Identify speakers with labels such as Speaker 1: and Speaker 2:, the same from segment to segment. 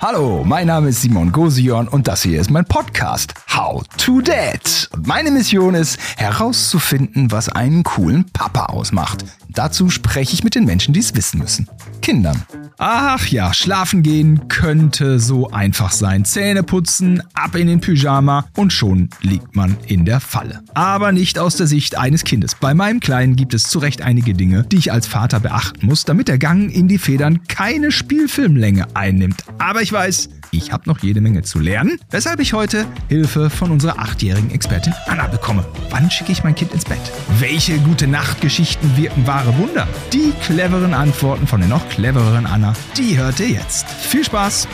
Speaker 1: Hallo, mein Name ist Simon Gosion und das hier ist mein Podcast How to Dad. Und meine Mission ist herauszufinden, was einen coolen Papa ausmacht. Dazu spreche ich mit den Menschen, die es wissen müssen. Kindern. Ach ja, schlafen gehen könnte so einfach sein. Zähne putzen, ab in den Pyjama und schon liegt man in der Falle. Aber nicht aus der Sicht eines Kindes. Bei meinem Kleinen gibt es zu Recht einige Dinge, die ich als Vater beachten muss, damit der Gang in die Federn keine Spielfilmlänge einnimmt. Aber ich weiß, ich habe noch jede Menge zu lernen, weshalb ich heute Hilfe von unserer achtjährigen Expertin Anna bekomme. Wann schicke ich mein Kind ins Bett? Welche gute Nachtgeschichten wirken wahre Wunder? Die cleveren Antworten von der noch clevereren Anna, die hört ihr jetzt. Viel Spaß!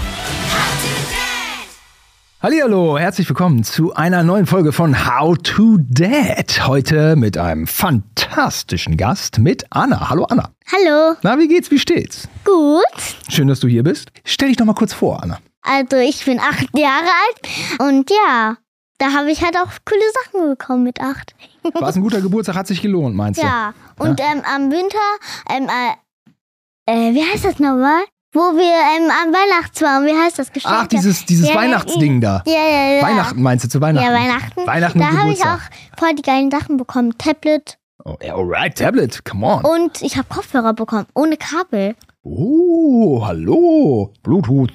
Speaker 1: Hallihallo, herzlich willkommen zu einer neuen Folge von How to Dad. Heute mit einem fantastischen Gast, mit Anna. Hallo Anna.
Speaker 2: Hallo,
Speaker 1: Na, wie geht's? Wie steht's?
Speaker 2: gut.
Speaker 1: Schön, dass du hier bist. Stell dich doch mal kurz vor, Anna.
Speaker 2: Also ich bin acht Jahre alt und ja, da habe ich halt auch coole Sachen bekommen mit acht.
Speaker 1: War es ein guter Geburtstag? Hat sich gelohnt, meinst du?
Speaker 2: Ja, und Ähm, am Winter, ähm, äh, äh, wie heißt das nochmal? Wo wir ähm, am Weihnachtsbaum, wie heißt das Geschenk?
Speaker 1: Ach, dieses, dieses
Speaker 2: Ja, ja,
Speaker 1: Weihnachtsding da.
Speaker 2: Ja, ja, ja.
Speaker 1: Weihnachten meinst du zu Weihnachten?
Speaker 2: Ja, Weihnachten.
Speaker 1: Weihnachten
Speaker 2: da
Speaker 1: und
Speaker 2: habe ich auch
Speaker 1: Geburtstag.
Speaker 2: voll die geilen Sachen bekommen. Tablet
Speaker 1: Oh, ja, alright, Tablet, come on.
Speaker 2: und ich habe Kopfhörer bekommen, ohne Kabel.
Speaker 1: Oh, hallo, Bluetooth.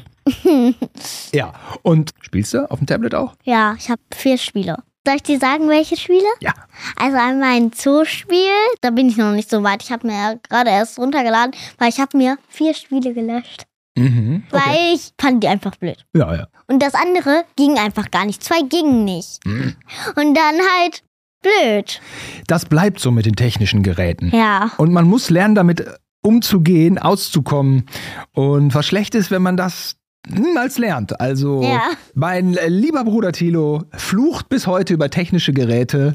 Speaker 1: ja, und spielst du auf dem Tablet auch?
Speaker 2: Ja, ich habe vier Spiele. Soll ich dir sagen, welche Spiele?
Speaker 1: Ja.
Speaker 2: Also einmal ein Zoospiel, da bin ich noch nicht so weit. Ich habe mir ja gerade erst runtergeladen, weil ich habe mir vier Spiele gelöscht.
Speaker 1: Mhm. Okay.
Speaker 2: Weil ich fand die einfach blöd.
Speaker 1: Ja, ja.
Speaker 2: Und das andere ging einfach gar nicht. Zwei gingen nicht.
Speaker 1: Hm.
Speaker 2: Und dann halt blöd.
Speaker 1: Das bleibt so mit den technischen Geräten.
Speaker 2: Ja.
Speaker 1: Und man muss lernen, damit umzugehen, auszukommen. Und was schlecht ist, wenn man das niemals lernt. Also
Speaker 2: Ja.
Speaker 1: mein äh, lieber Bruder Thilo flucht bis heute über technische Geräte.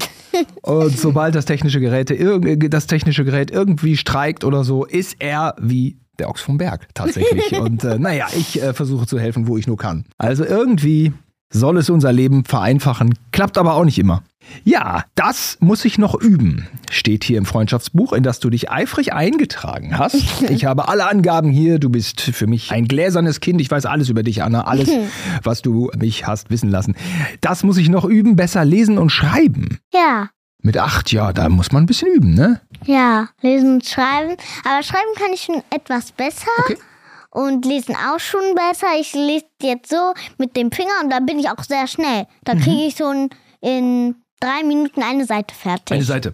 Speaker 1: und sobald das technische, Geräte, irg- das technische Gerät irgendwie streikt oder so, ist er wie der Ochs vom Berg tatsächlich. und äh, naja, ich äh, versuche zu helfen, wo ich nur kann. Also irgendwie soll es unser Leben vereinfachen, klappt aber auch nicht immer. Ja, das muss ich noch üben, steht hier im Freundschaftsbuch, in das du dich eifrig eingetragen hast. Ich habe alle Angaben hier, du bist für mich ein gläsernes Kind, ich weiß alles über dich, Anna, alles, was du mich hast wissen lassen. Das muss ich noch üben, besser lesen und schreiben.
Speaker 2: Ja.
Speaker 1: Mit acht, ja, da muss man ein bisschen üben, ne?
Speaker 2: Ja. Lesen und schreiben. Aber schreiben kann ich schon etwas besser.
Speaker 1: Okay.
Speaker 2: Und lesen auch schon besser. Ich lese jetzt so mit dem Finger und da bin ich auch sehr schnell. Da
Speaker 1: Mhm.
Speaker 2: kriege ich schon in drei Minuten eine Seite fertig.
Speaker 1: Eine Seite.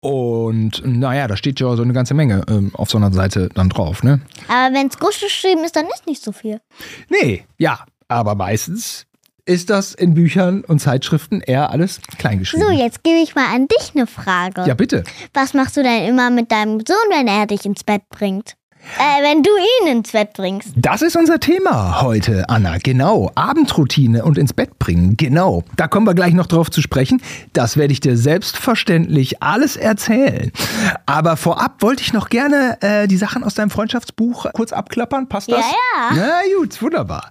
Speaker 1: Und naja, da steht ja so eine ganze Menge ähm, auf so einer Seite dann drauf, ne?
Speaker 2: Aber wenn es groß geschrieben ist, dann ist nicht so viel.
Speaker 1: Nee, ja, aber meistens ist das in Büchern und Zeitschriften eher alles kleingeschrieben.
Speaker 2: So, jetzt gebe ich mal an dich eine Frage.
Speaker 1: Ja, bitte.
Speaker 2: Was machst du denn immer mit deinem Sohn, wenn er dich ins Bett bringt? Äh, wenn du ihn ins Bett bringst.
Speaker 1: Das ist unser Thema heute, Anna. Genau. Abendroutine und ins Bett bringen. Genau. Da kommen wir gleich noch drauf zu sprechen. Das werde ich dir selbstverständlich alles erzählen. Aber vorab wollte ich noch gerne äh, die Sachen aus deinem Freundschaftsbuch kurz abklappern. Passt das?
Speaker 2: Ja,
Speaker 1: ja. Na gut, wunderbar.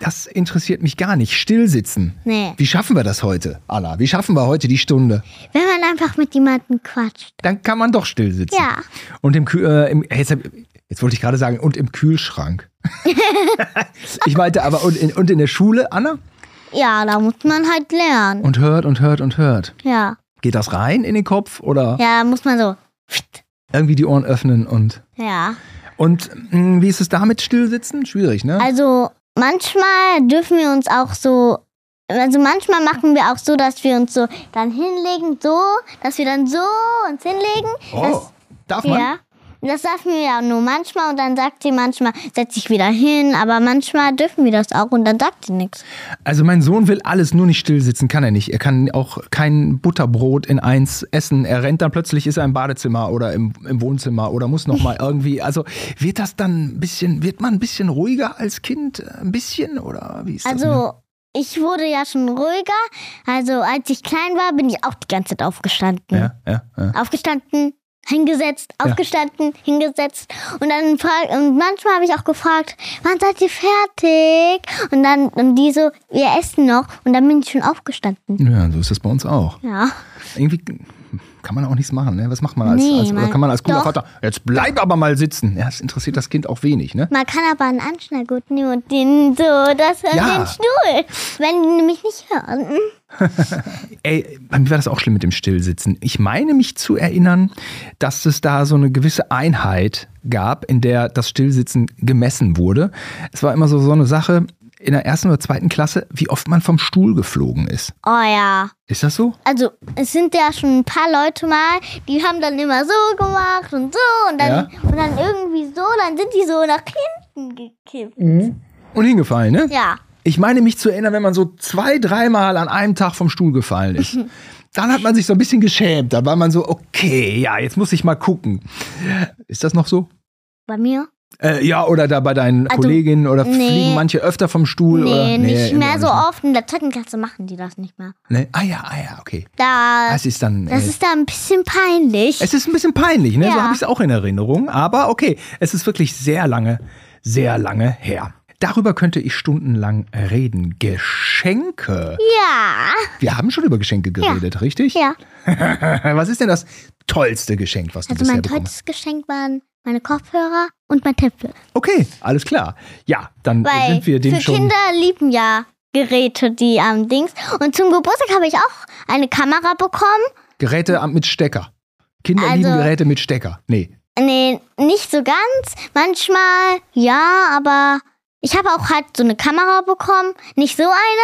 Speaker 1: Das interessiert mich gar nicht. Stillsitzen.
Speaker 2: Nee.
Speaker 1: Wie schaffen wir das heute, Anna? Wie schaffen wir heute die Stunde?
Speaker 2: Wenn man einfach mit jemandem quatscht.
Speaker 1: Dann kann man doch stillsitzen.
Speaker 2: Ja.
Speaker 1: Und im, Kühl, äh, im jetzt, hab- jetzt wollte ich gerade sagen, und im Kühlschrank. ich meinte aber, und in, und in der Schule, Anna?
Speaker 2: Ja, da muss man halt lernen.
Speaker 1: Und hört und hört und hört.
Speaker 2: Ja.
Speaker 1: Geht das rein in den Kopf oder
Speaker 2: Ja, da muss man so. pft.
Speaker 1: irgendwie die Ohren öffnen und.
Speaker 2: Ja.
Speaker 1: Und mh, wie ist es damit, stillsitzen? Schwierig, ne?
Speaker 2: Also, manchmal dürfen wir uns auch so. Also, manchmal machen wir auch so, dass wir uns so dann hinlegen, so, dass wir dann so uns hinlegen. dass-
Speaker 1: oh, darf man?
Speaker 2: Ja. Das darf mir ja nur manchmal und dann sagt sie manchmal, setz dich wieder hin, aber manchmal dürfen wir das auch und dann sagt sie nichts.
Speaker 1: Also mein Sohn will alles, nur nicht stillsitzen kann er nicht. Er kann auch kein Butterbrot in eins essen. Er rennt dann plötzlich, ist er im Badezimmer oder im, im Wohnzimmer oder muss nochmal irgendwie. Also wird das dann ein bisschen, wird man ein bisschen ruhiger als Kind? Ein bisschen oder wie ist das? ne?
Speaker 2: Also, ich wurde ja schon ruhiger. Also, als ich klein war, bin ich auch die ganze Zeit aufgestanden.
Speaker 1: Ja, ja, ja.
Speaker 2: Aufgestanden, hingesetzt, aufgestanden, hingesetzt. Und dann frag, und manchmal habe ich auch gefragt, wann seid ihr fertig? Und dann, und die so, wir essen noch. Und dann bin ich schon aufgestanden.
Speaker 1: Ja, so ist das bei uns auch.
Speaker 2: Ja.
Speaker 1: Irgendwie Kann man auch nichts machen, ne? Was macht man als,
Speaker 2: Nee,
Speaker 1: als oder
Speaker 2: man-
Speaker 1: kann man als cooler
Speaker 2: doch.
Speaker 1: Vater? Jetzt bleib aber mal sitzen. Ja, das interessiert das Kind auch wenig, ne?
Speaker 2: Man kann aber einen Anschnallgurt nehmen und den so, das an
Speaker 1: Ja.
Speaker 2: den Stuhl. Wenn die nämlich nicht hören.
Speaker 1: Ey, bei mir war das auch schlimm mit dem Stillsitzen. Ich meine mich zu erinnern, dass es da so eine gewisse Einheit gab, in der das Stillsitzen gemessen wurde. Es war immer so, so eine Sache in der ersten oder zweiten Klasse, wie oft man vom Stuhl geflogen ist.
Speaker 2: Oh ja.
Speaker 1: Ist das so?
Speaker 2: Also, es sind ja schon ein paar Leute mal, die haben dann immer so gemacht und so und dann, und dann irgendwie so, dann sind die so nach hinten gekippt.
Speaker 1: Hm. Und hingefallen, ne?
Speaker 2: Ja.
Speaker 1: Ich meine mich zu erinnern, wenn man so zwei, dreimal an einem Tag vom Stuhl gefallen ist. Dann hat man sich so ein bisschen geschämt. Da war man so, okay, ja, jetzt muss ich mal gucken. Ist das noch so?
Speaker 2: Bei mir?
Speaker 1: Äh, ja, oder da bei deinen
Speaker 2: Also,
Speaker 1: Kolleginnen oder
Speaker 2: nee.
Speaker 1: fliegen manche öfter vom Stuhl?
Speaker 2: Nee,
Speaker 1: oder?
Speaker 2: nicht
Speaker 1: immer
Speaker 2: mehr so
Speaker 1: nicht.
Speaker 2: oft. In der zweiten Klasse machen die das nicht mehr.
Speaker 1: Nee. Ah ja, ah ja, okay.
Speaker 2: Da,
Speaker 1: Das ist dann.
Speaker 2: das
Speaker 1: äh,
Speaker 2: ist da ein bisschen peinlich.
Speaker 1: es ist ein bisschen peinlich, ne? So
Speaker 2: Ja.
Speaker 1: habe ich es auch in Erinnerung. Aber okay, es ist wirklich sehr lange, sehr lange her. Darüber könnte ich stundenlang reden. Geschenke.
Speaker 2: Ja.
Speaker 1: Wir haben schon über Geschenke geredet, richtig?
Speaker 2: Ja.
Speaker 1: Was ist denn das tollste Geschenk, was du
Speaker 2: Also,
Speaker 1: bisher
Speaker 2: mein
Speaker 1: bekommen hast?
Speaker 2: tolles Geschenk waren meine Kopfhörer und mein Tablet.
Speaker 1: Okay, alles klar. Ja, dann
Speaker 2: Weil
Speaker 1: sind wir dem
Speaker 2: für
Speaker 1: schon.
Speaker 2: Kinder lieben ja Geräte, die am Dings. Und zum Geburtstag habe ich auch eine Kamera bekommen.
Speaker 1: Geräte am- mit Stecker. Kinder
Speaker 2: Also-
Speaker 1: lieben Geräte mit Stecker. Nee.
Speaker 2: Nee, nicht so ganz. Manchmal ja, aber ich habe auch halt so eine Kamera bekommen. Nicht so eine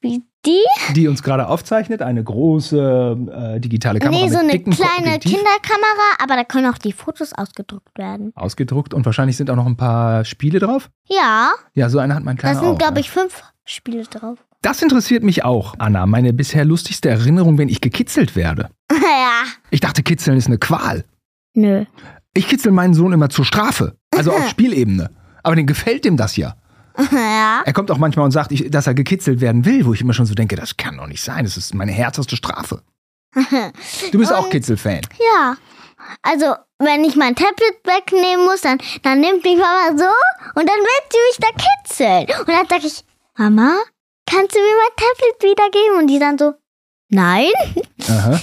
Speaker 2: wie die.
Speaker 1: Die uns gerade aufzeichnet, eine große äh, digitale Kamera.
Speaker 2: nee,
Speaker 1: mit
Speaker 2: so eine
Speaker 1: dicken
Speaker 2: kleine
Speaker 1: Objektiv.
Speaker 2: Kinderkamera, aber da können auch die Fotos ausgedruckt werden.
Speaker 1: Ausgedruckt und wahrscheinlich sind auch noch ein paar Spiele drauf.
Speaker 2: Ja,
Speaker 1: Ja, so eine hat mein
Speaker 2: da
Speaker 1: kleiner
Speaker 2: sind,
Speaker 1: auch.
Speaker 2: glaube
Speaker 1: ne?
Speaker 2: ich, fünf Spiele drauf.
Speaker 1: Das interessiert mich auch, Anna. Meine bisher lustigste Erinnerung, wenn ich gekitzelt werde.
Speaker 2: ja,
Speaker 1: Ich dachte, kitzeln ist eine Qual.
Speaker 2: nö.
Speaker 1: Ich kitzel meinen Sohn immer zur Strafe, also auf Spielebene. Aber den gefällt dem das ja.
Speaker 2: ja.
Speaker 1: Er kommt auch manchmal und sagt, ich, dass er gekitzelt werden will, wo ich immer schon so denke, das kann doch nicht sein. Das ist meine härteste Strafe. Du bist auch
Speaker 2: Und-
Speaker 1: Kitzelfan.
Speaker 2: Ja. Also, wenn ich mein Tablet wegnehmen muss, dann, dann nimmt mich Mama so und dann wird sie mich da kitzeln. Und dann sage ich, Mama, kannst du mir mein Tablet wiedergeben? Und die dann so, nein.
Speaker 1: Aha.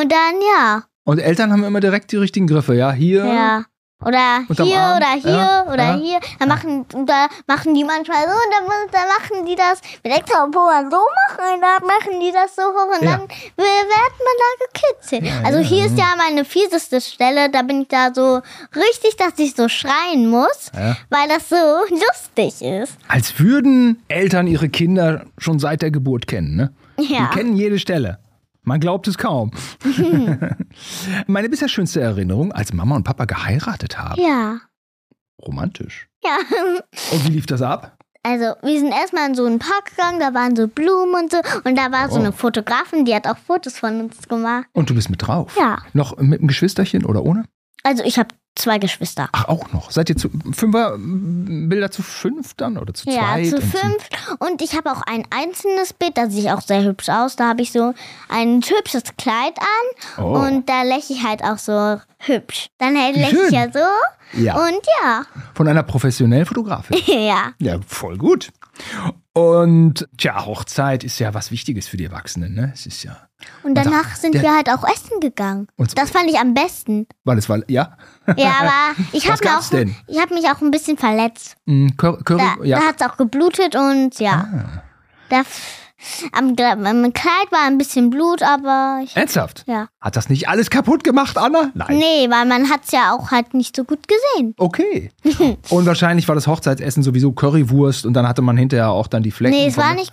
Speaker 2: Und dann ja.
Speaker 1: Und Eltern haben immer direkt die richtigen Griffe. Ja, hier.
Speaker 2: Ja. Oder
Speaker 1: Unterm
Speaker 2: hier
Speaker 1: Arm,
Speaker 2: oder hier
Speaker 1: ja,
Speaker 2: oder
Speaker 1: ja.
Speaker 2: hier. Dann machen, da machen die manchmal so und dann, muss- dann machen die das mit extra Power so machen und dann machen die das so hoch und
Speaker 1: Ja.
Speaker 2: dann wird man da gekitzelt. also
Speaker 1: ja,
Speaker 2: hier ist ja meine fieseste Stelle, da bin ich da so richtig, dass ich so schreien muss,
Speaker 1: Ja.
Speaker 2: weil das so lustig ist.
Speaker 1: Als würden Eltern ihre Kinder schon seit der Geburt kennen, ne?
Speaker 2: Ja.
Speaker 1: Die kennen jede Stelle. Man glaubt es kaum. Meine bisher schönste Erinnerung, als Mama und Papa geheiratet haben.
Speaker 2: Ja.
Speaker 1: Romantisch.
Speaker 2: Ja.
Speaker 1: Und wie lief das ab?
Speaker 2: Also, wir sind erstmal in so einen Park gegangen, da waren so Blumen und so. Und da war so
Speaker 1: Oh.
Speaker 2: eine Fotografin, die hat auch Fotos von uns gemacht.
Speaker 1: Und du bist mit drauf?
Speaker 2: Ja.
Speaker 1: Noch mit einem Geschwisterchen oder ohne?
Speaker 2: Also, ich habe zwei Geschwister.
Speaker 1: Ach, auch noch. Seid ihr zu fünfer m, Bilder zu fünf dann oder zu
Speaker 2: Ja,
Speaker 1: zweit?
Speaker 2: zu
Speaker 1: und
Speaker 2: fünf. Und ich habe auch ein einzelnes Bild, da sehe ich auch sehr hübsch aus. Da habe ich so ein hübsches Kleid an
Speaker 1: Oh.
Speaker 2: und da lächle ich halt auch so hübsch. Dann halt lächle
Speaker 1: schön.
Speaker 2: ich ja so
Speaker 1: Ja.
Speaker 2: und ja.
Speaker 1: Von einer professionellen Fotografin.
Speaker 2: ja.
Speaker 1: ja, voll gut. Und tja, Hochzeit ist ja was Wichtiges für die Erwachsenen, ne? Es ist ja.
Speaker 2: Und
Speaker 1: Also,
Speaker 2: danach sind
Speaker 1: der-
Speaker 2: wir halt auch essen gegangen.
Speaker 1: Und so-
Speaker 2: Das fand ich am besten.
Speaker 1: Weil es war, ja?
Speaker 2: Ja, aber ich
Speaker 1: Was
Speaker 2: habe
Speaker 1: gab's denn?
Speaker 2: hab mich auch ein bisschen verletzt.
Speaker 1: Mm, Curry, Curry
Speaker 2: Da,
Speaker 1: ja. Ah.
Speaker 2: da hat es auch geblutet und ja. Da, f- am, Gle- am Kleid war ein bisschen Blut, aber ich,
Speaker 1: Ernsthaft?
Speaker 2: ja.
Speaker 1: Hat das nicht alles kaputt gemacht, Anna? Nein.
Speaker 2: Nee, weil man hat's ja auch halt nicht so gut gesehen.
Speaker 1: Okay. Und wahrscheinlich war das Hochzeitsessen sowieso Currywurst und dann hatte man hinterher auch dann die Flecken.
Speaker 2: Nee, es
Speaker 1: von
Speaker 2: war
Speaker 1: den-
Speaker 2: nicht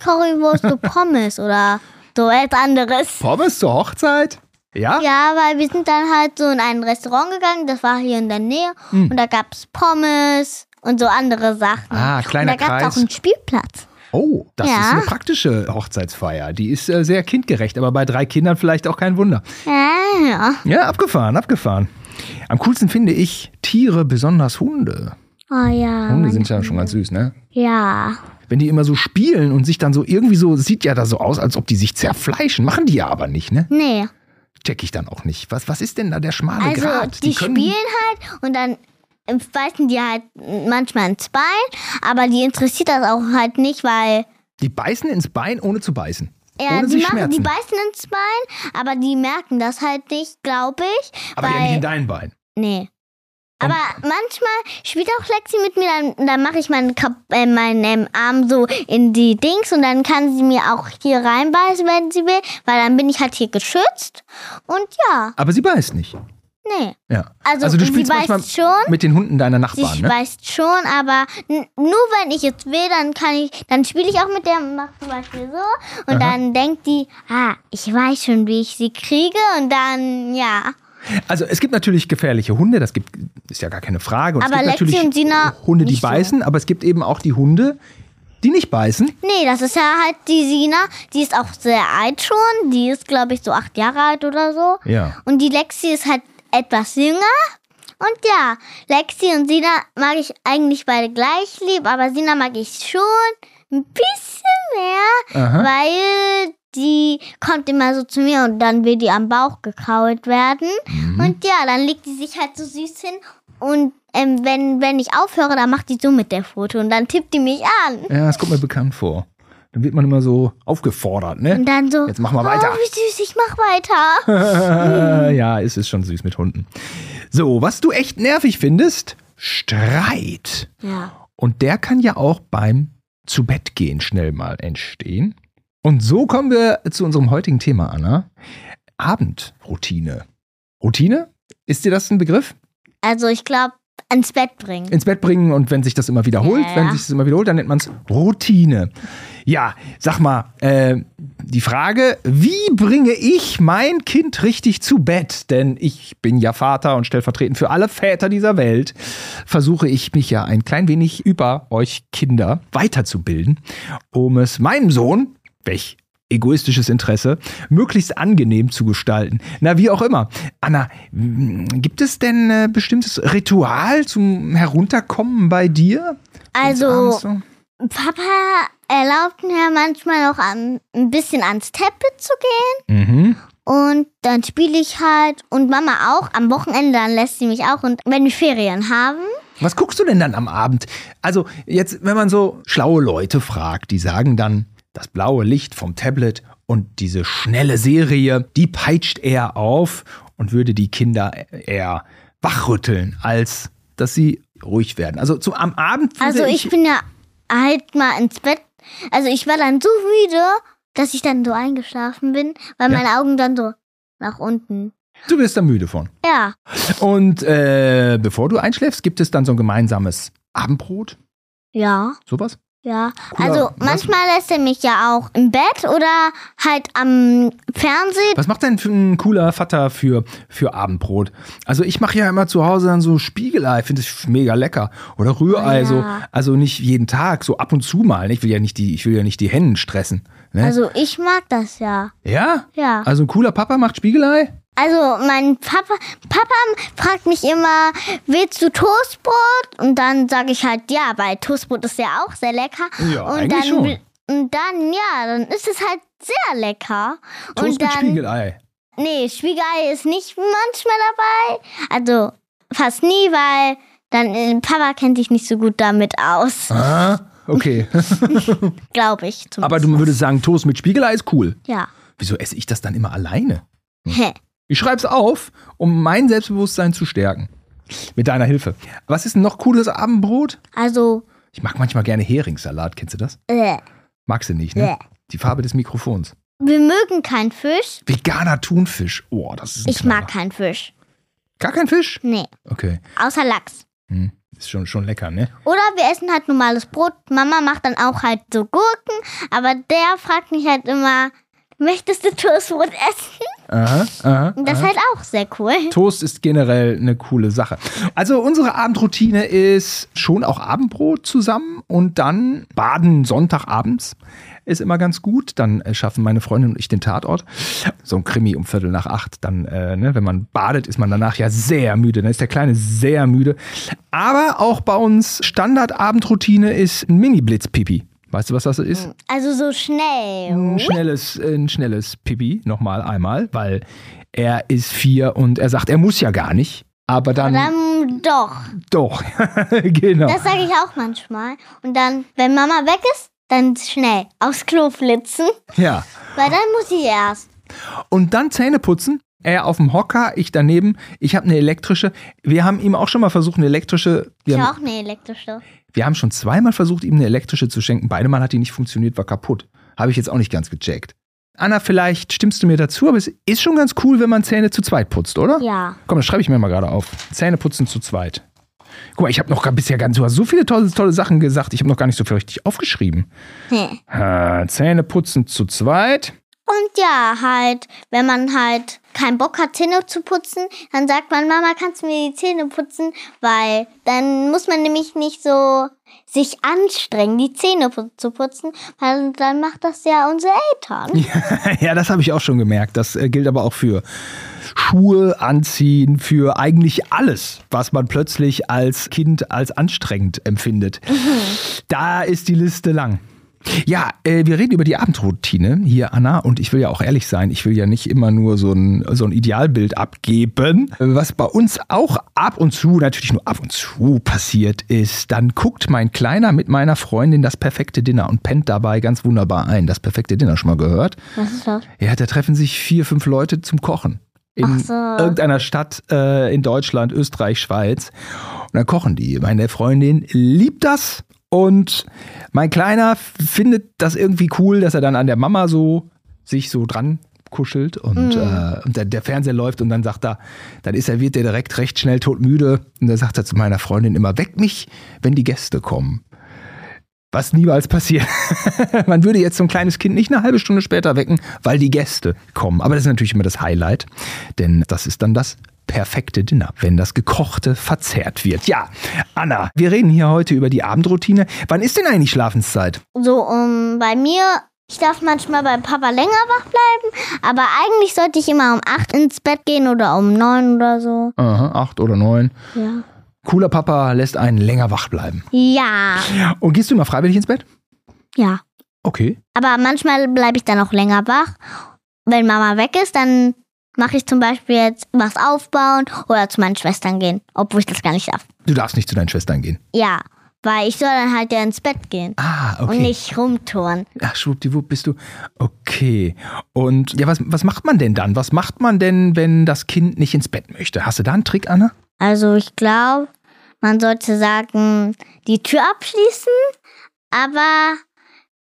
Speaker 2: Currywurst, so Pommes oder so etwas anderes.
Speaker 1: Pommes zur Hochzeit? Ja?
Speaker 2: Ja, weil wir sind dann halt so in ein Restaurant gegangen, das war hier in der Nähe
Speaker 1: Hm.
Speaker 2: und da gab's Pommes und so andere Sachen.
Speaker 1: Ah, kleiner
Speaker 2: und da gab's
Speaker 1: Kreis.
Speaker 2: auch einen Spielplatz.
Speaker 1: Oh, das
Speaker 2: Ja.
Speaker 1: ist eine praktische Hochzeitsfeier. Die ist äh, sehr kindgerecht, aber bei drei Kindern vielleicht auch kein Wunder.
Speaker 2: Ja, ja.
Speaker 1: Ja, abgefahren, abgefahren. Am coolsten finde ich Tiere, besonders Hunde.
Speaker 2: Oh ja.
Speaker 1: Hunde
Speaker 2: Mann.
Speaker 1: sind ja schon ganz süß, ne?
Speaker 2: ja.
Speaker 1: Wenn die immer so spielen und sich dann so irgendwie so, sieht ja da so aus, als ob die sich zerfleischen. Machen die ja aber nicht, ne?
Speaker 2: Nee.
Speaker 1: Check ich dann auch nicht. Was, was ist denn da der schmale
Speaker 2: Also
Speaker 1: Grat?
Speaker 2: die,
Speaker 1: können-
Speaker 2: spielen halt und dann äh, beißen die halt manchmal ins Bein, aber die interessiert das auch halt nicht, weil
Speaker 1: Die beißen ins Bein, ohne zu beißen.
Speaker 2: Ja,
Speaker 1: Ohne
Speaker 2: die,
Speaker 1: sich
Speaker 2: machen, die
Speaker 1: Schmerzen.
Speaker 2: beißen ins Bein, aber die merken das halt nicht, glaube ich.
Speaker 1: Aber
Speaker 2: weil,
Speaker 1: ja nicht in dein Bein.
Speaker 2: Nee. Aber manchmal spielt auch Lexi mit mir, dann, dann mache ich meinen, Kap äh, meinen ähm, Arm so in die Dings und dann kann sie mir auch hier reinbeißen, wenn sie will, weil dann bin ich halt hier geschützt. Und ja,
Speaker 1: Aber sie beißt nicht.
Speaker 2: nee.
Speaker 1: Ja.
Speaker 2: Also,
Speaker 1: also du
Speaker 2: sie
Speaker 1: spielst
Speaker 2: beißt
Speaker 1: manchmal
Speaker 2: schon.
Speaker 1: mit den Hunden deiner
Speaker 2: Sie
Speaker 1: Nachbarn, ne?
Speaker 2: beißt schon, aber n- nur wenn ich jetzt will, dann kann ich, dann spiele ich auch mit der, mach zum Beispiel so und
Speaker 1: Aha.
Speaker 2: dann denkt die, ah, ich weiß schon, wie ich sie kriege und dann, ja.
Speaker 1: Also es gibt natürlich gefährliche Hunde, das gibt, ist ja gar keine Frage. Und
Speaker 2: Aber
Speaker 1: es gibt
Speaker 2: Lexi
Speaker 1: natürlich
Speaker 2: und Sina
Speaker 1: Hunde, die
Speaker 2: nicht so.
Speaker 1: beißen, aber es gibt eben auch die Hunde, die nicht beißen.
Speaker 2: Nee, das ist ja halt die Sina. Die ist auch sehr alt schon. Die ist, glaube ich, so acht Jahre alt oder so.
Speaker 1: Ja.
Speaker 2: Und die Lexi ist halt etwas jünger. Und ja, Lexi und Sina mag ich eigentlich beide gleich lieb, aber Sina mag ich schon ein bisschen mehr,
Speaker 1: Aha.
Speaker 2: weil die kommt immer so zu mir und dann will die am Bauch gekaut werden.
Speaker 1: Mhm.
Speaker 2: Und ja, dann legt die sich halt so süß hin und ähm, wenn, wenn ich aufhöre, dann macht die so mit der Foto und dann tippt die mich an.
Speaker 1: Ja, das kommt mir bekannt vor. Dann wird man immer so aufgefordert,
Speaker 2: Und
Speaker 1: ne?
Speaker 2: dann so,
Speaker 1: Jetzt mach mal
Speaker 2: oh,
Speaker 1: weiter.
Speaker 2: wie süß, ich mach weiter.
Speaker 1: ja, es ist schon süß mit Hunden. So, was du echt nervig findest, Streit.
Speaker 2: Ja.
Speaker 1: Und der kann ja auch beim Zubettgehen schnell mal entstehen. Und so kommen wir zu unserem heutigen Thema, Anna. Abendroutine. Routine? Ist dir das ein Begriff?
Speaker 2: Also ich glaube, ans Bett bringen.
Speaker 1: Ins Bett bringen und wenn sich das immer wiederholt,
Speaker 2: Ja.
Speaker 1: wenn sich das immer wiederholt, dann nennt man es Routine. Ja, sag mal, äh, die Frage, wie bringe ich mein Kind richtig zu Bett? Denn ich bin ja Vater und stellvertretend für alle Väter dieser Welt versuche ich mich ja ein klein wenig über euch Kinder weiterzubilden, um es meinem Sohn, welch egoistisches Interesse, möglichst angenehm zu gestalten. Na, wie auch immer. Anna, mh, gibt es denn äh, bestimmtes Ritual zum Herunterkommen bei dir? Wenn's
Speaker 2: Also
Speaker 1: abends so-
Speaker 2: Papa erlaubt mir manchmal auch an, ein bisschen ans Teppit zu gehen.
Speaker 1: Mhm.
Speaker 2: Und dann spiele ich halt und Mama auch am Wochenende, dann lässt sie mich auch. Und wenn wir Ferien haben,
Speaker 1: Was guckst du denn dann am Abend? Also jetzt, wenn man so schlaue Leute fragt, die sagen dann, das blaue Licht vom Tablet und diese schnelle Serie, die peitscht eher auf und würde die Kinder eher wachrütteln, als dass sie ruhig werden. Also zu, am Abend würde
Speaker 2: also ich bin ja halt mal ins Bett. Also ich war dann so müde, dass ich dann so eingeschlafen bin, weil
Speaker 1: Ja.
Speaker 2: meine Augen dann so nach unten.
Speaker 1: du wirst da müde von.
Speaker 2: Ja,
Speaker 1: Und äh, bevor du einschläfst, gibt es dann so ein gemeinsames Abendbrot,
Speaker 2: ja.
Speaker 1: sowas?
Speaker 2: Ja,
Speaker 1: Cooler
Speaker 2: also
Speaker 1: Massen-
Speaker 2: manchmal lässt er mich ja auch im Bett oder halt am Fernsehen.
Speaker 1: Was macht denn für ein cooler Vater für, für Abendbrot? Also ich mache ja immer zu Hause dann so Spiegelei, finde ich mega lecker. Oder Rührei,
Speaker 2: Oh ja.
Speaker 1: so, also nicht jeden Tag, so ab und zu mal. ne? Ich will ja nicht die, ich will ja nicht die Hände stressen. Ne?
Speaker 2: Also ich mag das ja.
Speaker 1: ja?
Speaker 2: Ja.
Speaker 1: Also ein cooler Papa macht Spiegelei?
Speaker 2: Also mein Papa, Papa fragt mich immer, willst du Toastbrot? Und dann sage ich halt ja, weil Toastbrot ist ja auch sehr lecker.
Speaker 1: Ja,
Speaker 2: und
Speaker 1: eigentlich
Speaker 2: dann
Speaker 1: schon.
Speaker 2: will- und dann ja, dann ist es halt sehr lecker.
Speaker 1: Toast
Speaker 2: und dann
Speaker 1: mit Spiegelei.
Speaker 2: nee, Spiegelei ist nicht manchmal dabei. Also fast nie, weil dann äh, Papa kennt sich nicht so gut damit aus.
Speaker 1: Ah, okay.
Speaker 2: Glaube ich. Zum
Speaker 1: Aber du würdest sagen, Toast mit Spiegelei ist cool.
Speaker 2: Ja.
Speaker 1: Wieso esse ich das dann immer alleine?
Speaker 2: Hä.
Speaker 1: Ich schreibe es auf, um mein Selbstbewusstsein zu stärken. Mit deiner Hilfe. Was ist ein noch cooles Abendbrot?
Speaker 2: Also,
Speaker 1: Ich mag manchmal gerne Heringssalat, kennst du das?
Speaker 2: äh,
Speaker 1: Magst du nicht, ne?
Speaker 2: Ja.
Speaker 1: Die Farbe des Mikrofons.
Speaker 2: wir mögen keinen Fisch.
Speaker 1: Veganer Thunfisch. Oh, das ist ein
Speaker 2: Ich
Speaker 1: Knaller.
Speaker 2: mag keinen Fisch.
Speaker 1: Gar kein Fisch?
Speaker 2: Nee,
Speaker 1: Okay.
Speaker 2: außer Lachs.
Speaker 1: Hm. Ist schon, schon lecker, ne?
Speaker 2: Oder wir essen halt normales Brot. Mama macht dann auch halt so Gurken, aber der fragt mich halt immer, möchtest du Toastbrot essen?
Speaker 1: Aha, aha.
Speaker 2: Und das ist halt auch sehr cool.
Speaker 1: Toast ist generell eine coole Sache. Also unsere Abendroutine ist schon auch Abendbrot zusammen und dann baden Sonntagabends ist immer ganz gut. Dann äh, schaffen meine Freundin und ich den Tatort. So ein Krimi um Viertel nach acht. Dann, äh, ne, wenn man badet, ist man danach ja sehr müde. Dann ist der Kleine sehr müde. Aber auch bei uns Standardabendroutine ist ein Mini-Blitz-Pipi. Weißt du, was das ist?
Speaker 2: Also so schnell.
Speaker 1: ein schnelles, ein schnelles Pipi, nochmal einmal, weil er ist vier und er sagt, er muss ja gar nicht. Aber dann
Speaker 2: Dann doch.
Speaker 1: doch. genau.
Speaker 2: Das sage ich auch manchmal. Und dann, wenn Mama weg ist, Dann schnell aufs Klo flitzen,
Speaker 1: Ja.
Speaker 2: weil dann muss ich erst.
Speaker 1: Und dann Zähne putzen. Er auf dem Hocker, ich daneben. Ich habe eine elektrische. Wir haben ihm auch schon mal versucht, eine elektrische.
Speaker 2: Ich
Speaker 1: Wir haben,
Speaker 2: auch eine elektrische.
Speaker 1: wir haben schon zweimal versucht, ihm eine elektrische zu schenken. Beide Mal hat die nicht funktioniert, war kaputt. Habe ich jetzt auch nicht ganz gecheckt. Anna, vielleicht stimmst du mir dazu, aber es ist schon ganz cool, wenn man Zähne zu zweit putzt, oder?
Speaker 2: Ja.
Speaker 1: Komm, das schreibe ich mir mal gerade auf. Zähne putzen zu zweit. Guck mal, ich habe noch gar bisher ganz, du hast so viele tolle, tolle Sachen gesagt, ich habe noch gar nicht so viel richtig aufgeschrieben.
Speaker 2: Nee.
Speaker 1: Äh, Zähne putzen zu zweit.
Speaker 2: Und ja, halt, wenn man halt keinen Bock hat, Zähne zu putzen, dann sagt man, Mama, kannst du mir die Zähne putzen? Weil dann muss man nämlich nicht so sich anstrengen, die Zähne pu- zu putzen, weil dann macht das ja unsere Eltern.
Speaker 1: Ja, das habe ich auch schon gemerkt. Das äh, gilt aber auch für Schuhe anziehen, für eigentlich alles, was man plötzlich als Kind als anstrengend empfindet.
Speaker 2: Mhm.
Speaker 1: Da ist die Liste lang. Ja, äh, wir reden über die Abendroutine hier, Anna, und ich will ja auch ehrlich sein, ich will ja nicht immer nur so ein, so ein Idealbild abgeben. Äh, Was bei uns auch ab und zu, natürlich nur ab und zu passiert ist, dann guckt mein Kleiner mit meiner Freundin das perfekte Dinner und pennt dabei ganz wunderbar ein. Das perfekte Dinner schon mal gehört.
Speaker 2: Was ist das?
Speaker 1: Ja, da treffen sich vier, fünf Leute zum Kochen. In
Speaker 2: Ach so.
Speaker 1: irgendeiner Stadt äh, in Deutschland, Österreich, Schweiz. Und dann kochen die. Meine Freundin liebt das. Und mein Kleiner f- findet das irgendwie cool, dass er dann an der Mama so sich so dran kuschelt
Speaker 2: Mhm.
Speaker 1: und, äh, und der, der Fernseher läuft und dann sagt er, dann ist er, wird der direkt recht schnell todmüde. Und dann sagt er zu meiner Freundin immer, weck mich, wenn die Gäste kommen. Was niemals passiert. Man würde jetzt so ein kleines Kind nicht eine halbe Stunde später wecken, weil die Gäste kommen. Aber das ist natürlich immer das Highlight, denn das ist dann das perfekte Dinner, wenn das Gekochte verzehrt wird. Ja, Anna, wir reden hier heute über die Abendroutine. Wann ist denn eigentlich Schlafenszeit?
Speaker 2: So, um bei mir, ich darf manchmal bei Papa länger wach bleiben, aber eigentlich sollte ich immer um 8 ins Bett gehen oder um 9 oder so.
Speaker 1: Aha, acht oder neun.
Speaker 2: Ja.
Speaker 1: Cooler Papa lässt einen länger wach bleiben.
Speaker 2: Ja.
Speaker 1: Und gehst du immer freiwillig ins Bett?
Speaker 2: Ja.
Speaker 1: Okay.
Speaker 2: Aber manchmal bleibe ich dann auch länger wach. Wenn Mama weg ist, dann mache ich zum Beispiel jetzt was aufbauen oder zu meinen Schwestern gehen, obwohl ich das gar nicht darf.
Speaker 1: Du darfst nicht zu deinen Schwestern gehen.
Speaker 2: Ja, weil ich soll dann halt ja ins Bett gehen
Speaker 1: Ah, okay.
Speaker 2: und nicht rumtouren.
Speaker 1: Ach, schwuppdiwupp bist du. Okay. Und ja, was, was macht man denn dann? Was macht man denn, wenn das Kind nicht ins Bett möchte? Hast du da einen Trick, Anna?
Speaker 2: Also ich glaube, man sollte sagen, die Tür abschließen, aber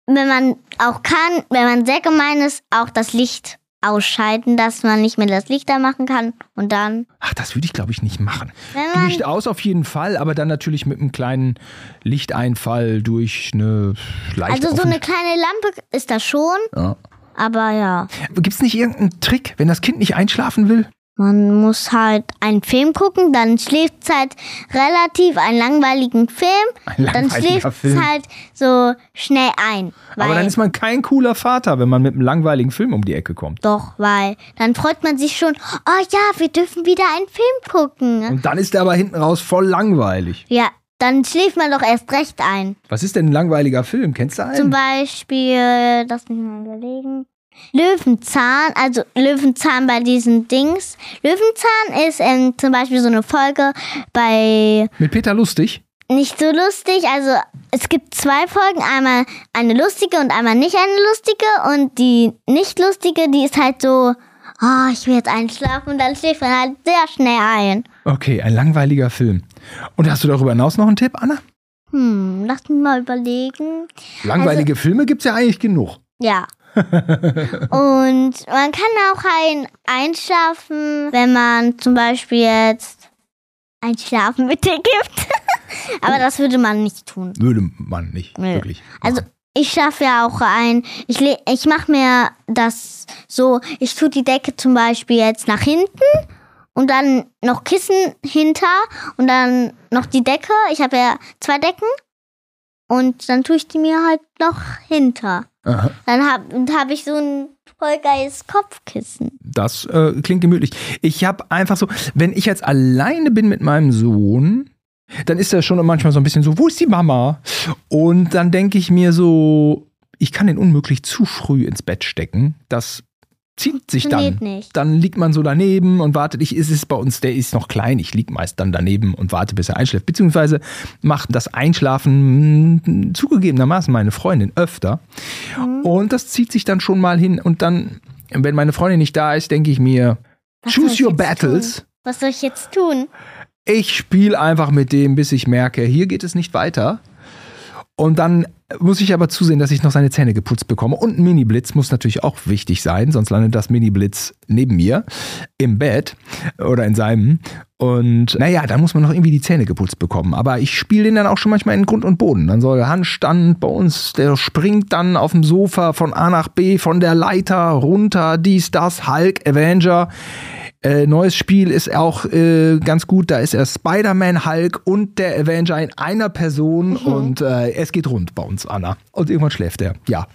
Speaker 2: wenn man auch kann, wenn man sehr gemein ist, auch das Licht ausschalten, dass man nicht mehr das Licht da machen kann und dann,
Speaker 1: Ach, das würde ich, glaube ich, nicht machen.
Speaker 2: wenn man
Speaker 1: Licht aus auf jeden Fall, aber dann natürlich mit einem kleinen Lichteinfall durch eine leicht
Speaker 2: Also so
Speaker 1: offene-
Speaker 2: eine kleine Lampe ist das schon,
Speaker 1: Ja.
Speaker 2: aber ja.
Speaker 1: Gibt es nicht irgendeinen Trick, wenn das Kind nicht einschlafen will?
Speaker 2: Man muss halt einen Film gucken, dann schläft's halt relativ einen langweiligen Film,
Speaker 1: Ein
Speaker 2: dann
Speaker 1: langweiliger
Speaker 2: schläft's
Speaker 1: Film.
Speaker 2: halt so schnell ein. Weil,
Speaker 1: Aber dann ist man kein cooler Vater, wenn man mit einem langweiligen Film um die Ecke kommt.
Speaker 2: doch, weil dann freut man sich schon, oh ja, wir dürfen wieder einen Film gucken.
Speaker 1: Und dann ist der aber hinten raus voll langweilig.
Speaker 2: Ja, dann schläft man doch erst recht ein.
Speaker 1: Was ist denn ein langweiliger Film? Kennst du einen?
Speaker 2: Zum Beispiel, lass mich mal überlegen. Löwenzahn, also Löwenzahn bei diesen Dings. Löwenzahn ist ähm, zum Beispiel so eine Folge bei
Speaker 1: mit Peter Lustig?
Speaker 2: nicht so lustig. Also es gibt zwei Folgen, einmal eine lustige und einmal nicht eine lustige. Und die nicht lustige, die ist halt so, oh, ich will jetzt einschlafen und dann schläft man halt sehr schnell ein.
Speaker 1: Okay, ein langweiliger Film. Und hast du darüber hinaus noch einen Tipp, Anna?
Speaker 2: Hm, lass mich mal überlegen.
Speaker 1: Langweilige
Speaker 2: Also
Speaker 1: Filme gibt es ja eigentlich genug.
Speaker 2: Ja. Und man kann auch ein einschlafen, wenn man zum Beispiel jetzt ein Schlafmittel gibt. Aber das würde man nicht tun.
Speaker 1: Würde man nicht,
Speaker 2: Nee.
Speaker 1: wirklich.
Speaker 2: Also ich schlafe ja auch ein. Ich, le- ich mache mir das so, ich tue die Decke zum Beispiel jetzt nach hinten und dann noch Kissen hinter und dann noch die Decke. Ich habe ja zwei Decken und dann tue ich die mir halt noch hinter.
Speaker 1: Aha.
Speaker 2: Dann habe hab ich so ein voll geiles Kopfkissen.
Speaker 1: Das äh, klingt gemütlich. Ich habe einfach so, wenn ich jetzt alleine bin mit meinem Sohn, dann ist er schon manchmal so ein bisschen so, wo ist die Mama? Und dann denke ich mir so, ich kann den unmöglich zu früh ins Bett stecken. Das zieht sich dann.
Speaker 2: Funktioniert nicht.
Speaker 1: Dann liegt man so daneben und wartet. Ich ist es bei uns, der ist noch klein. Ich lieg meist dann daneben und warte, bis er einschläft. Beziehungsweise macht das Einschlafen mh, zugegebenermaßen meine Freundin öfter. Und das zieht sich dann schon mal hin. Und dann, wenn meine Freundin nicht da ist, denke ich mir,
Speaker 2: Was soll ich
Speaker 1: choose your
Speaker 2: jetzt
Speaker 1: battles.
Speaker 2: Tun? Was soll ich jetzt tun?
Speaker 1: Ich spiele einfach mit dem, bis ich merke, hier geht es nicht weiter. Und dann muss ich aber zusehen, dass ich noch seine Zähne geputzt bekomme. Und ein Mini-Blitz muss natürlich auch wichtig sein, sonst landet das Mini-Blitz neben mir im Bett oder in seinem. Und naja, da muss man noch irgendwie die Zähne geputzt bekommen. Aber ich spiele den dann auch schon manchmal in Grund und Boden. Dann soll der Handstand bei uns, der springt dann auf dem Sofa von A nach B, von der Leiter runter, dies, das, Hulk, Avenger. Äh, neues Spiel ist auch äh, ganz gut. Da ist er Spider-Man, Hulk und der Avenger in einer Person. Und äh, es geht rund bei uns, Anna. Und irgendwann schläft er. Ja.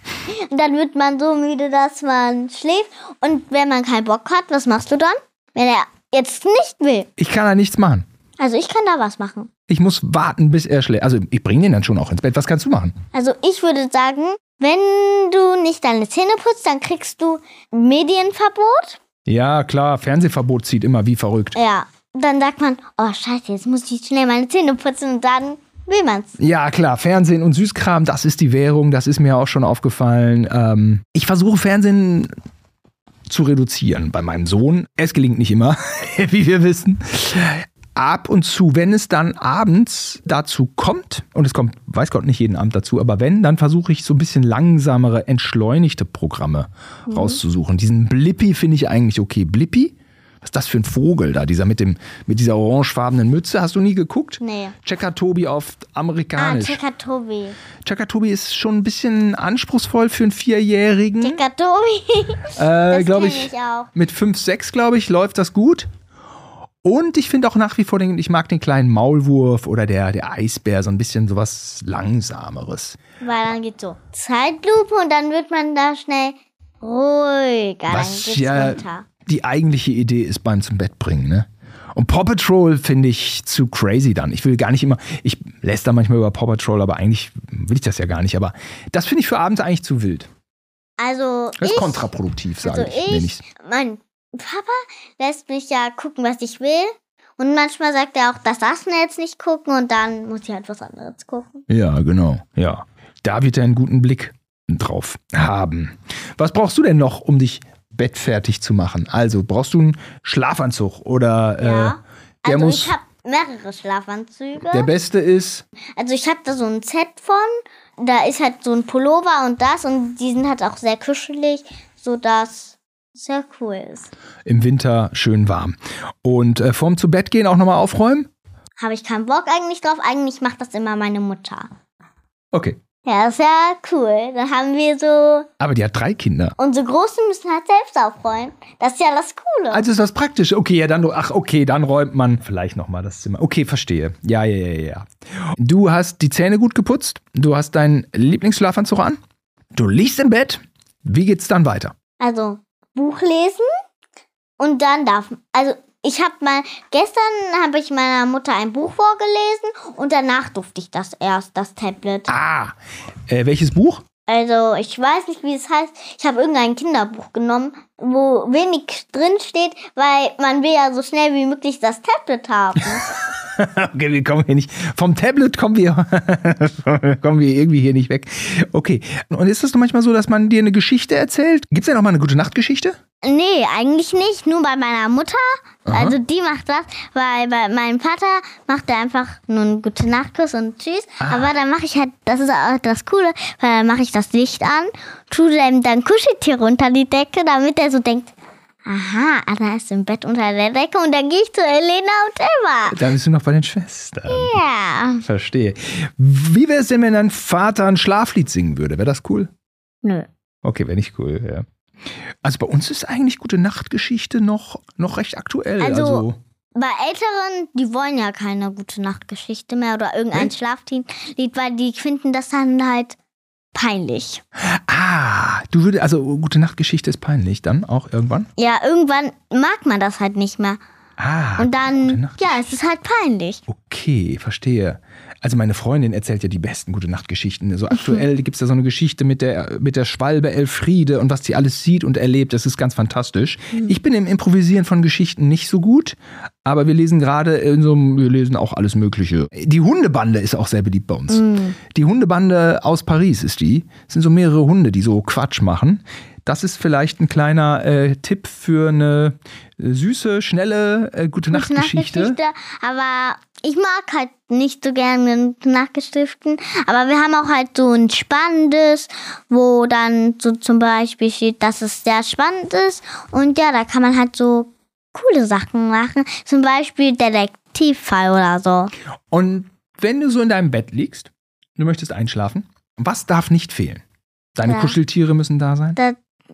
Speaker 2: Und dann wird man so müde, dass man schläft. Und wenn man keinen Bock hat, was machst du dann? Wenn er jetzt nicht will.
Speaker 1: Ich kann da nichts machen.
Speaker 2: Also ich kann da was machen.
Speaker 1: Ich muss warten, bis er schläft. Also ich bringe den dann schon auch ins Bett. Was kannst du machen?
Speaker 2: Also ich würde sagen, wenn du nicht deine Zähne putzt, dann kriegst du Medienverbot.
Speaker 1: Ja, klar, Fernsehverbot zieht immer wie verrückt.
Speaker 2: Ja. Dann sagt man, oh scheiße, jetzt muss ich schnell meine Zähne putzen und dann will man's.
Speaker 1: Ja, klar, Fernsehen und Süßkram, das ist die Währung, das ist mir auch schon aufgefallen. Ähm, ich versuche Fernsehen zu reduzieren bei meinem Sohn. Es gelingt nicht immer, wie wir wissen. Ab und zu, wenn es dann abends dazu kommt, und es kommt, weiß Gott, nicht jeden Abend dazu, aber wenn, dann versuche ich so ein bisschen langsamere, entschleunigte Programme rauszusuchen. Diesen Blippi finde ich eigentlich okay. Blippi? Was ist das für ein Vogel da? Dieser mit, dem, mit dieser orangefarbenen Mütze? Hast du nie geguckt?
Speaker 2: Nee.
Speaker 1: Checker Tobi auf
Speaker 2: Ah,
Speaker 1: amerikanisch.
Speaker 2: Checker Tobi.
Speaker 1: Chaka Tobi ist schon ein bisschen anspruchsvoll für einen Vierjährigen.
Speaker 2: Checker Tobi.
Speaker 1: Äh, glaube
Speaker 2: kenn
Speaker 1: ich,
Speaker 2: ich auch.
Speaker 1: mit 5, 6, glaube ich, läuft das gut. Und ich finde auch nach wie vor den, ich mag den kleinen Maulwurf oder der, der Eisbär, so ein bisschen sowas Langsameres.
Speaker 2: Weil dann geht so Zeitlupe und dann wird man da schnell ruhiger.
Speaker 1: Was
Speaker 2: dann geht's
Speaker 1: ja
Speaker 2: runter.
Speaker 1: die eigentliche Idee ist beim zum Bett bringen, ne? Und Paw Patrol finde ich zu crazy dann. Ich will gar nicht immer, ich läster manchmal über Paw Patrol, aber eigentlich will ich das ja gar nicht. Aber das finde ich für abends eigentlich zu wild.
Speaker 2: Also
Speaker 1: Das ist
Speaker 2: ich,
Speaker 1: kontraproduktiv, sage
Speaker 2: also
Speaker 1: ich. nenn ich's.
Speaker 2: ich, mein Papa lässt mich ja gucken, was ich will. Und manchmal sagt er auch, das darfst du jetzt nicht gucken und dann muss ich halt was anderes gucken.
Speaker 1: Ja, genau. Ja. Da wird er einen guten Blick drauf haben. Was brauchst du denn noch, um dich bettfertig zu machen? Also brauchst du einen Schlafanzug oder äh,
Speaker 2: Ja.
Speaker 1: der
Speaker 2: also
Speaker 1: muss.
Speaker 2: ich habe mehrere Schlafanzüge.
Speaker 1: Der beste ist,
Speaker 2: Also ich habe da so ein Set von. Da ist halt so ein Pullover und das und die sind halt auch sehr kuschelig, sodass es sehr cool ist.
Speaker 1: im Winter schön warm. Und äh, vorm zu Bett gehen auch nochmal aufräumen?
Speaker 2: Habe ich keinen Bock eigentlich drauf. Eigentlich macht das immer meine Mutter.
Speaker 1: Okay.
Speaker 2: Ja, ist ja cool. Dann haben wir so.
Speaker 1: Aber die hat drei Kinder.
Speaker 2: Unsere Großen müssen halt selbst aufräumen. Das ist ja das Coole.
Speaker 1: Also ist das praktisch. Okay, ja, dann, ach, okay, dann räumt man vielleicht nochmal das Zimmer. Okay, verstehe. Ja, ja, ja, ja. Du hast die Zähne gut geputzt. Du hast deinen Lieblingsschlafanzug an. Du liegst im Bett. Wie geht's dann weiter?
Speaker 2: Also Buch lesen und dann darf also ich habe mal gestern habe ich meiner Mutter ein Buch vorgelesen und danach durfte ich das erst das Tablet.
Speaker 1: Ah, äh, welches Buch?
Speaker 2: Also ich weiß nicht, wie es heißt. Ich habe irgendein Kinderbuch genommen, wo wenig drin steht, weil man will ja so schnell wie möglich das Tablet haben.
Speaker 1: Okay, wir kommen hier nicht. Vom Tablet kommen wir, kommen wir irgendwie hier nicht weg. Okay. Und ist das noch manchmal so, dass man dir eine Geschichte erzählt? Gibt's denn auch mal eine gute Nachtgeschichte?
Speaker 2: Nee, eigentlich nicht. Nur bei meiner Mutter. Also die macht das, weil bei meinem Vater macht er einfach nur einen gute Nachtkuss und tschüss. Aber dann mache ich halt, das ist auch das Coole, weil dann mache ich das Licht an, tue dem dann Kuscheltier unter die Decke, damit er so denkt, aha, Anna ist im Bett unter der Decke und dann gehe ich zu Elena und Emma.
Speaker 1: Dann bist du noch bei den Schwestern.
Speaker 2: Ja.
Speaker 1: Verstehe. Wie wäre es denn, wenn dein Vater ein Schlaflied singen würde? Wäre das cool?
Speaker 2: Nö.
Speaker 1: Okay, wäre nicht cool, ja. Also bei uns ist eigentlich gute Nachtgeschichte noch, noch recht aktuell. Also,
Speaker 2: Also- Bei Älteren, die wollen ja keine gute Nachtgeschichte mehr oder irgendein Schlaflied, weil die finden das dann halt peinlich.
Speaker 1: ah, du würdest, also gute Nachtgeschichte ist peinlich dann auch irgendwann.
Speaker 2: Ja, irgendwann mag man das halt nicht mehr.
Speaker 1: Ah,
Speaker 2: Und
Speaker 1: gute
Speaker 2: dann,
Speaker 1: Nacht.
Speaker 2: ja, es ist halt peinlich.
Speaker 1: Okay, verstehe. Also meine Freundin erzählt ja die besten Gute-Nacht-Geschichten. So aktuell gibt's da so eine Geschichte mit der, mit der Schwalbe Elfriede und was sie alles sieht und erlebt. Das ist ganz fantastisch. Ich bin im Improvisieren von Geschichten nicht so gut, aber wir lesen gerade in so einem, wir lesen auch alles Mögliche. Die Hundebande ist auch sehr beliebt bei uns. Die Hundebande aus Paris ist die. Es sind so mehrere Hunde, die so Quatsch machen. Das ist vielleicht ein kleiner äh, Tipp für eine äh, süße, schnelle äh, Gute-Nacht-Geschichte.
Speaker 2: Nachgeschichte, aber ich mag halt nicht so gerne Nachgeschriften. Aber wir haben auch halt so ein spannendes, wo dann so zum Beispiel steht, dass es sehr spannend ist. Und ja, da kann man halt so coole Sachen machen. Zum Beispiel Detektivfall oder so.
Speaker 1: Und wenn du so in deinem Bett liegst, du möchtest einschlafen, was darf nicht fehlen? Deine
Speaker 2: Ja.
Speaker 1: Kuscheltiere müssen da sein.
Speaker 2: Da,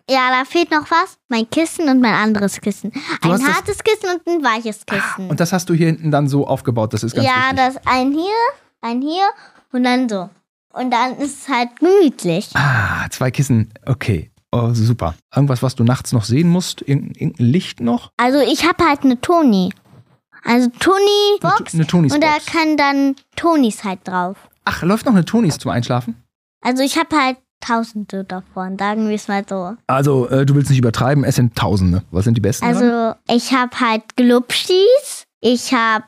Speaker 2: ja, da fehlt noch was. Mein Kissen und mein anderes Kissen.
Speaker 1: Du hast
Speaker 2: Ein
Speaker 1: das- Ah,
Speaker 2: hartes Kissen und ein weiches Kissen.
Speaker 1: Und das hast du hier hinten dann so aufgebaut, das ist ganz
Speaker 2: ja,
Speaker 1: wichtig.
Speaker 2: das ein hier, ein hier und dann so. Und dann ist es halt gemütlich.
Speaker 1: ah, zwei Kissen, okay. Oh, super. Irgendwas, was du nachts noch sehen musst? Irgend- Irgendein Licht noch?
Speaker 2: Also ich habe halt eine Toni. Also Toni
Speaker 1: Eine
Speaker 2: Box.
Speaker 1: To- Eine Tonis
Speaker 2: und da
Speaker 1: Box.
Speaker 2: kann dann Tonis halt drauf.
Speaker 1: Ach, läuft noch eine Tonis zum Einschlafen?
Speaker 2: Also ich habe halt tausende davon, sagen wir es mal so.
Speaker 1: Also, äh, du willst nicht übertreiben, es sind Tausende. Was sind die besten? dran?
Speaker 2: Also ich habe halt Glubschis, ich habe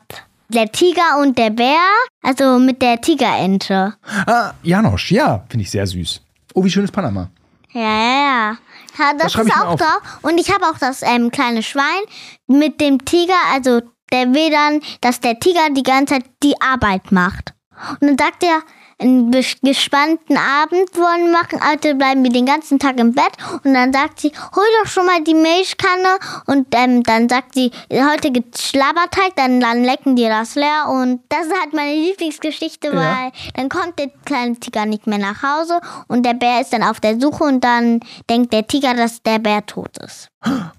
Speaker 2: der Tiger und der Bär, also mit der Tigerente.
Speaker 1: Ah, Janosch, ja, finde ich sehr süß. Oh, wie schön ist Panama.
Speaker 2: Ja, ja, ja. ja das
Speaker 1: schreib
Speaker 2: ist
Speaker 1: ich mir
Speaker 2: auch
Speaker 1: auf.
Speaker 2: drauf. Und ich habe auch das ähm, kleine Schwein mit dem Tiger. Also der will dann, dass der Tiger die ganze Zeit die Arbeit macht. Und dann sagt er, einen bes- gespannten Abend wollen wir machen, also bleiben wir den ganzen Tag im Bett. Und dann sagt sie, hol doch schon mal die Milchkanne. Und ähm, dann sagt sie, heute gibt's Schlabberteig, dann, dann lecken die das leer. Und das ist halt meine Lieblingsgeschichte,
Speaker 1: Ja.
Speaker 2: weil dann kommt der kleine Tiger nicht mehr nach Hause und der Bär ist dann auf der Suche und dann denkt der Tiger, dass der Bär tot ist.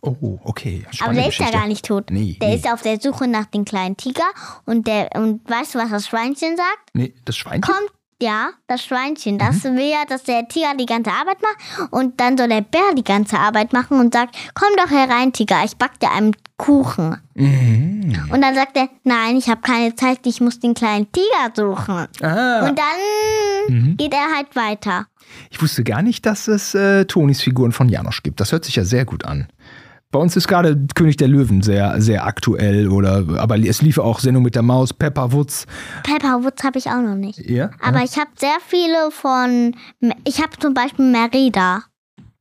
Speaker 1: Oh, okay. Spannende
Speaker 2: Aber der
Speaker 1: Geschichte.
Speaker 2: ist ja gar nicht tot.
Speaker 1: Nee,
Speaker 2: der
Speaker 1: nee.
Speaker 2: ist auf der Suche nach dem kleinen Tiger und der und weißt du, was das Schweinchen sagt?
Speaker 1: Nee, das Schweinchen?
Speaker 2: Kommt ja, das Schweinchen, das
Speaker 1: Mhm.
Speaker 2: will ja, dass der Tiger die ganze Arbeit macht und dann soll der Bär die ganze Arbeit machen und sagt, komm doch herein, Tiger, ich back dir einen Kuchen.
Speaker 1: Mhm.
Speaker 2: Und dann sagt er, nein, ich habe keine Zeit, ich muss den kleinen Tiger suchen.
Speaker 1: Ah.
Speaker 2: Und dann
Speaker 1: Mhm.
Speaker 2: geht er halt weiter.
Speaker 1: Ich wusste gar nicht, dass es äh, Tonis Figuren von Janosch gibt. Das hört sich ja sehr gut an. Bei uns ist gerade König der Löwen sehr, sehr aktuell oder aber es lief auch Sendung mit der Maus, Peppa Wutz.
Speaker 2: Pepper Woods habe ich auch noch nicht.
Speaker 1: Ja.
Speaker 2: Aber ich habe sehr viele von. Ich habe zum Beispiel Merida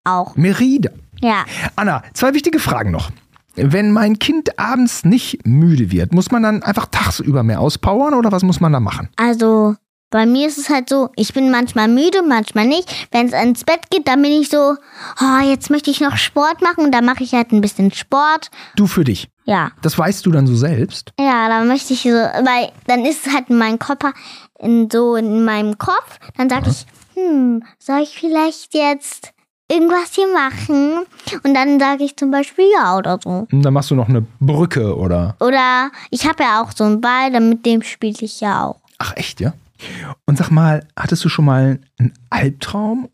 Speaker 2: auch.
Speaker 1: Merida.
Speaker 2: Ja.
Speaker 1: Anna, zwei wichtige Fragen noch. Wenn mein Kind abends nicht müde wird, muss man dann einfach tagsüber mehr auspowern oder was muss man da machen?
Speaker 2: Also bei mir ist es halt so, ich bin manchmal müde, manchmal nicht. Wenn es ins Bett geht, dann bin ich so, oh, jetzt möchte ich noch Sport machen und dann mache ich halt ein bisschen Sport.
Speaker 1: Du für dich.
Speaker 2: Ja.
Speaker 1: Das weißt du dann so selbst.
Speaker 2: Ja, dann möchte ich so, weil dann ist es halt in meinem Körper, in, so in meinem Kopf, dann sage ich, hm, soll ich vielleicht jetzt irgendwas hier machen? Und dann sage ich zum Beispiel ja oder so.
Speaker 1: Und Hm, dann machst du noch eine Brücke oder.
Speaker 2: Oder ich habe ja auch so einen Ball, dann mit dem spiele ich ja auch.
Speaker 1: Ach echt, ja? Und sag mal, hattest du schon mal einen Albtraum?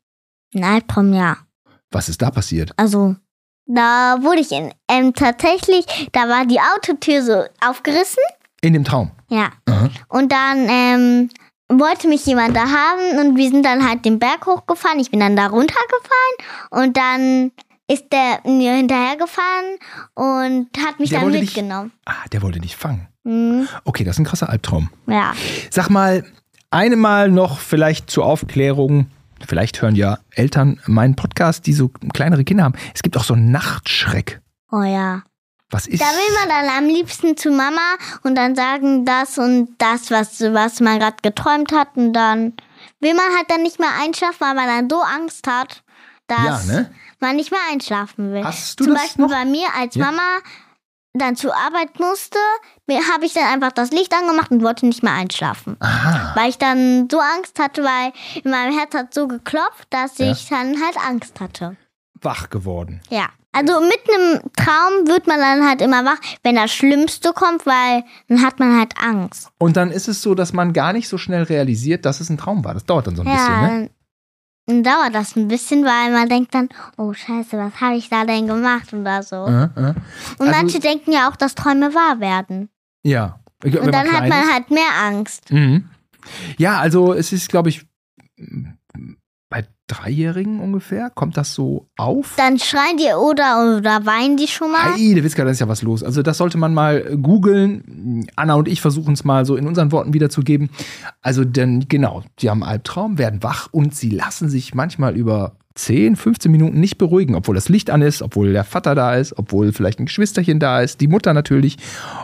Speaker 2: Ein Albtraum, ja.
Speaker 1: Was ist da passiert?
Speaker 2: Also, da wurde ich in, ähm, tatsächlich, da war die Autotür so aufgerissen.
Speaker 1: In dem Traum.
Speaker 2: Ja.
Speaker 1: Aha.
Speaker 2: Und dann ähm, wollte mich jemand da haben und wir sind dann halt den Berg hochgefahren. Ich bin dann da runtergefallen und dann ist der mir hinterhergefahren und hat mich
Speaker 1: Der
Speaker 2: dann
Speaker 1: wollte dich-
Speaker 2: mitgenommen.
Speaker 1: Ah, der wollte dich fangen.
Speaker 2: Hm,
Speaker 1: Okay, das ist ein krasser Albtraum.
Speaker 2: ja.
Speaker 1: Sag mal, einmal noch vielleicht zur Aufklärung. Vielleicht hören ja Eltern meinen Podcast, die so kleinere Kinder haben. Es gibt auch so einen Nachtschreck.
Speaker 2: Oh ja.
Speaker 1: Was ist?
Speaker 2: Da will man dann am liebsten zu Mama und dann sagen das und das, was, was man gerade geträumt hat. Und dann will man halt dann nicht mehr einschlafen, weil man dann so Angst hat, dass
Speaker 1: Ja, ne?
Speaker 2: man nicht mehr einschlafen will.
Speaker 1: Hast du
Speaker 2: Zum
Speaker 1: das
Speaker 2: Beispiel
Speaker 1: noch?
Speaker 2: bei mir, als
Speaker 1: Ja.
Speaker 2: Mama dann zur Arbeit musste, habe ich dann einfach das Licht angemacht und wollte nicht mehr einschlafen.
Speaker 1: Ah. Aha.
Speaker 2: Weil ich dann so Angst hatte, weil in meinem Herz hat so geklopft, dass
Speaker 1: Ja.
Speaker 2: ich dann halt Angst hatte.
Speaker 1: Wach geworden.
Speaker 2: Ja. Also mit einem Traum wird man dann halt immer wach, wenn das Schlimmste kommt, weil dann hat man halt Angst.
Speaker 1: Und dann ist es so, dass man gar nicht so schnell realisiert, dass es ein Traum war. Das dauert dann so ein bisschen,
Speaker 2: ja,
Speaker 1: ne?
Speaker 2: dann, dann dauert das ein bisschen, weil man denkt dann, oh scheiße, was habe ich da denn gemacht oder so.
Speaker 1: Äh, äh.
Speaker 2: Und
Speaker 1: also-
Speaker 2: manche denken ja auch, dass Träume wahr werden.
Speaker 1: Ja.
Speaker 2: Und dann hat man halt mehr halt Angst.
Speaker 1: Mhm. Ja, also es ist, glaube ich, bei Dreijährigen ungefähr, kommt das so auf?
Speaker 2: Dann schreien die oder oder weinen die schon mal.
Speaker 1: Heide Witzka, da ist ja was los. Also das sollte man mal äh, googeln. Anna und ich versuchen es mal so in unseren Worten wiederzugeben. Also denn genau, die haben Albtraum, werden wach und sie lassen sich manchmal über 10, 15 Minuten nicht beruhigen, obwohl das Licht an ist, obwohl der Vater da ist, obwohl vielleicht ein Geschwisterchen da ist, die Mutter natürlich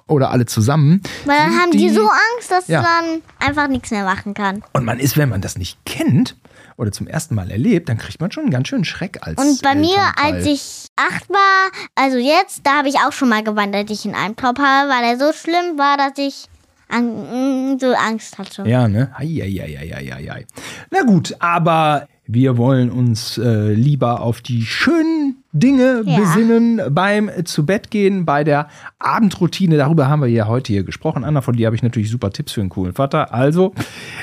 Speaker 1: oder alle zusammen.
Speaker 2: Weil dann
Speaker 1: Sind
Speaker 2: haben die so Angst, dass
Speaker 1: Ja.
Speaker 2: man einfach nichts mehr machen kann.
Speaker 1: Und man ist, wenn man das nicht kennt oder zum ersten Mal erlebt, dann kriegt man schon einen ganz schönen Schreck als
Speaker 2: Und bei mir,
Speaker 1: Elternteil.
Speaker 2: als ich acht war, also jetzt, da habe ich auch schon mal geweint, dass ich einen Albtraum habe, weil er so schlimm war, dass ich an, mm, so Angst hatte.
Speaker 1: Ja, ne? Eieieiei. Na gut, aber wir wollen uns äh, lieber auf die schönen Dinge
Speaker 2: Ja.
Speaker 1: besinnen beim zu Bett gehen, bei der Abendroutine. Darüber haben wir ja heute hier gesprochen. Anna, von dir habe ich natürlich super Tipps für einen coolen Vater. Also,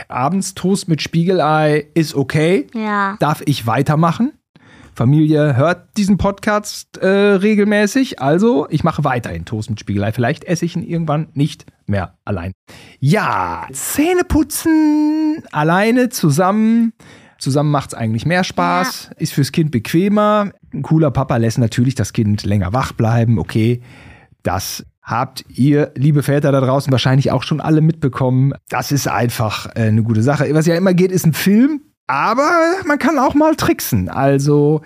Speaker 1: abends Toast mit Spiegelei ist okay.
Speaker 2: Ja.
Speaker 1: Darf ich weitermachen? Familie hört diesen Podcast äh, regelmäßig, also ich mache weiterhin Toast mit Spiegelei. Vielleicht esse ich ihn irgendwann nicht mehr allein. Ja, Zähne putzen, alleine, zusammen. Zusammen macht es eigentlich mehr Spaß, ist fürs Kind bequemer. Ein cooler Papa lässt natürlich das Kind länger wach bleiben, okay. Das habt ihr, liebe Väter da draußen, wahrscheinlich auch schon alle mitbekommen. Das ist einfach äh, eine gute Sache. Was ja immer geht, ist ein Film, aber man kann auch mal tricksen. Also,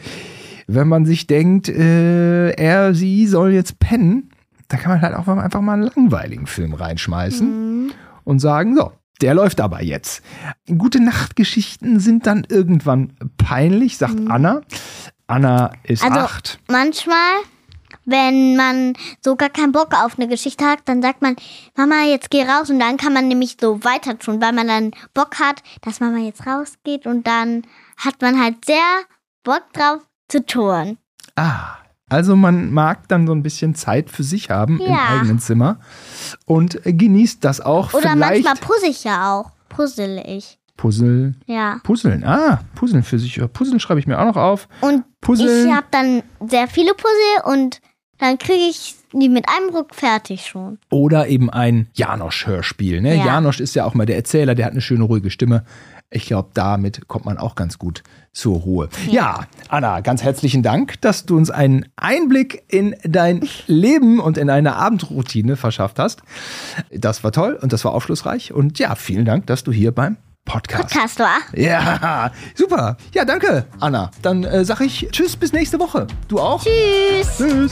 Speaker 1: wenn man sich denkt, äh, er, sie soll jetzt pennen, da kann man halt auch einfach mal einen langweiligen Film reinschmeißen
Speaker 2: Mhm.
Speaker 1: und sagen, so. Der läuft aber jetzt. Gute Nachtgeschichten sind dann irgendwann peinlich, sagt Anna. Anna ist
Speaker 2: Mhm. Also-
Speaker 1: acht.
Speaker 2: Manchmal, wenn man so gar keinen Bock auf eine Geschichte hat, dann sagt man, Mama, jetzt geh raus. Und dann kann man nämlich so weiter tun, weil man dann Bock hat, dass Mama jetzt rausgeht. Und dann hat man halt sehr Bock drauf zu touren.
Speaker 1: Ah, also man mag dann so ein bisschen Zeit für sich haben im
Speaker 2: Ja.
Speaker 1: eigenen Zimmer und äh, genießt das auch.
Speaker 2: Oder
Speaker 1: Vielleicht
Speaker 2: manchmal puzzle ich ja auch. Puzzle ich.
Speaker 1: Puzzle.
Speaker 2: Ja.
Speaker 1: Puzzeln, ah, Puzzeln für sich. Ja, Puzzeln schreibe ich mir auch noch auf.
Speaker 2: Und
Speaker 1: Puzzeln.
Speaker 2: ich habe dann sehr viele Puzzle und dann kriege ich die mit einem Ruck fertig schon.
Speaker 1: Oder eben ein Janosch-Hörspiel. Ne?
Speaker 2: Ja.
Speaker 1: Janosch ist ja auch mal der Erzähler, der hat eine schöne, ruhige Stimme. Ich glaube, damit kommt man auch ganz gut zur Ruhe. Ja. Anna, ganz herzlichen Dank, dass du uns einen Einblick in dein Leben und in deine Abendroutine verschafft hast. Das war toll und das war aufschlussreich. Und ja, vielen Dank, dass du hier beim Podcast.
Speaker 2: Castor.
Speaker 1: Ja, super. Ja, danke, Anna. Dann äh, sage ich Tschüss, bis nächste Woche. Du auch?
Speaker 2: Tschüss.
Speaker 1: Tschüss.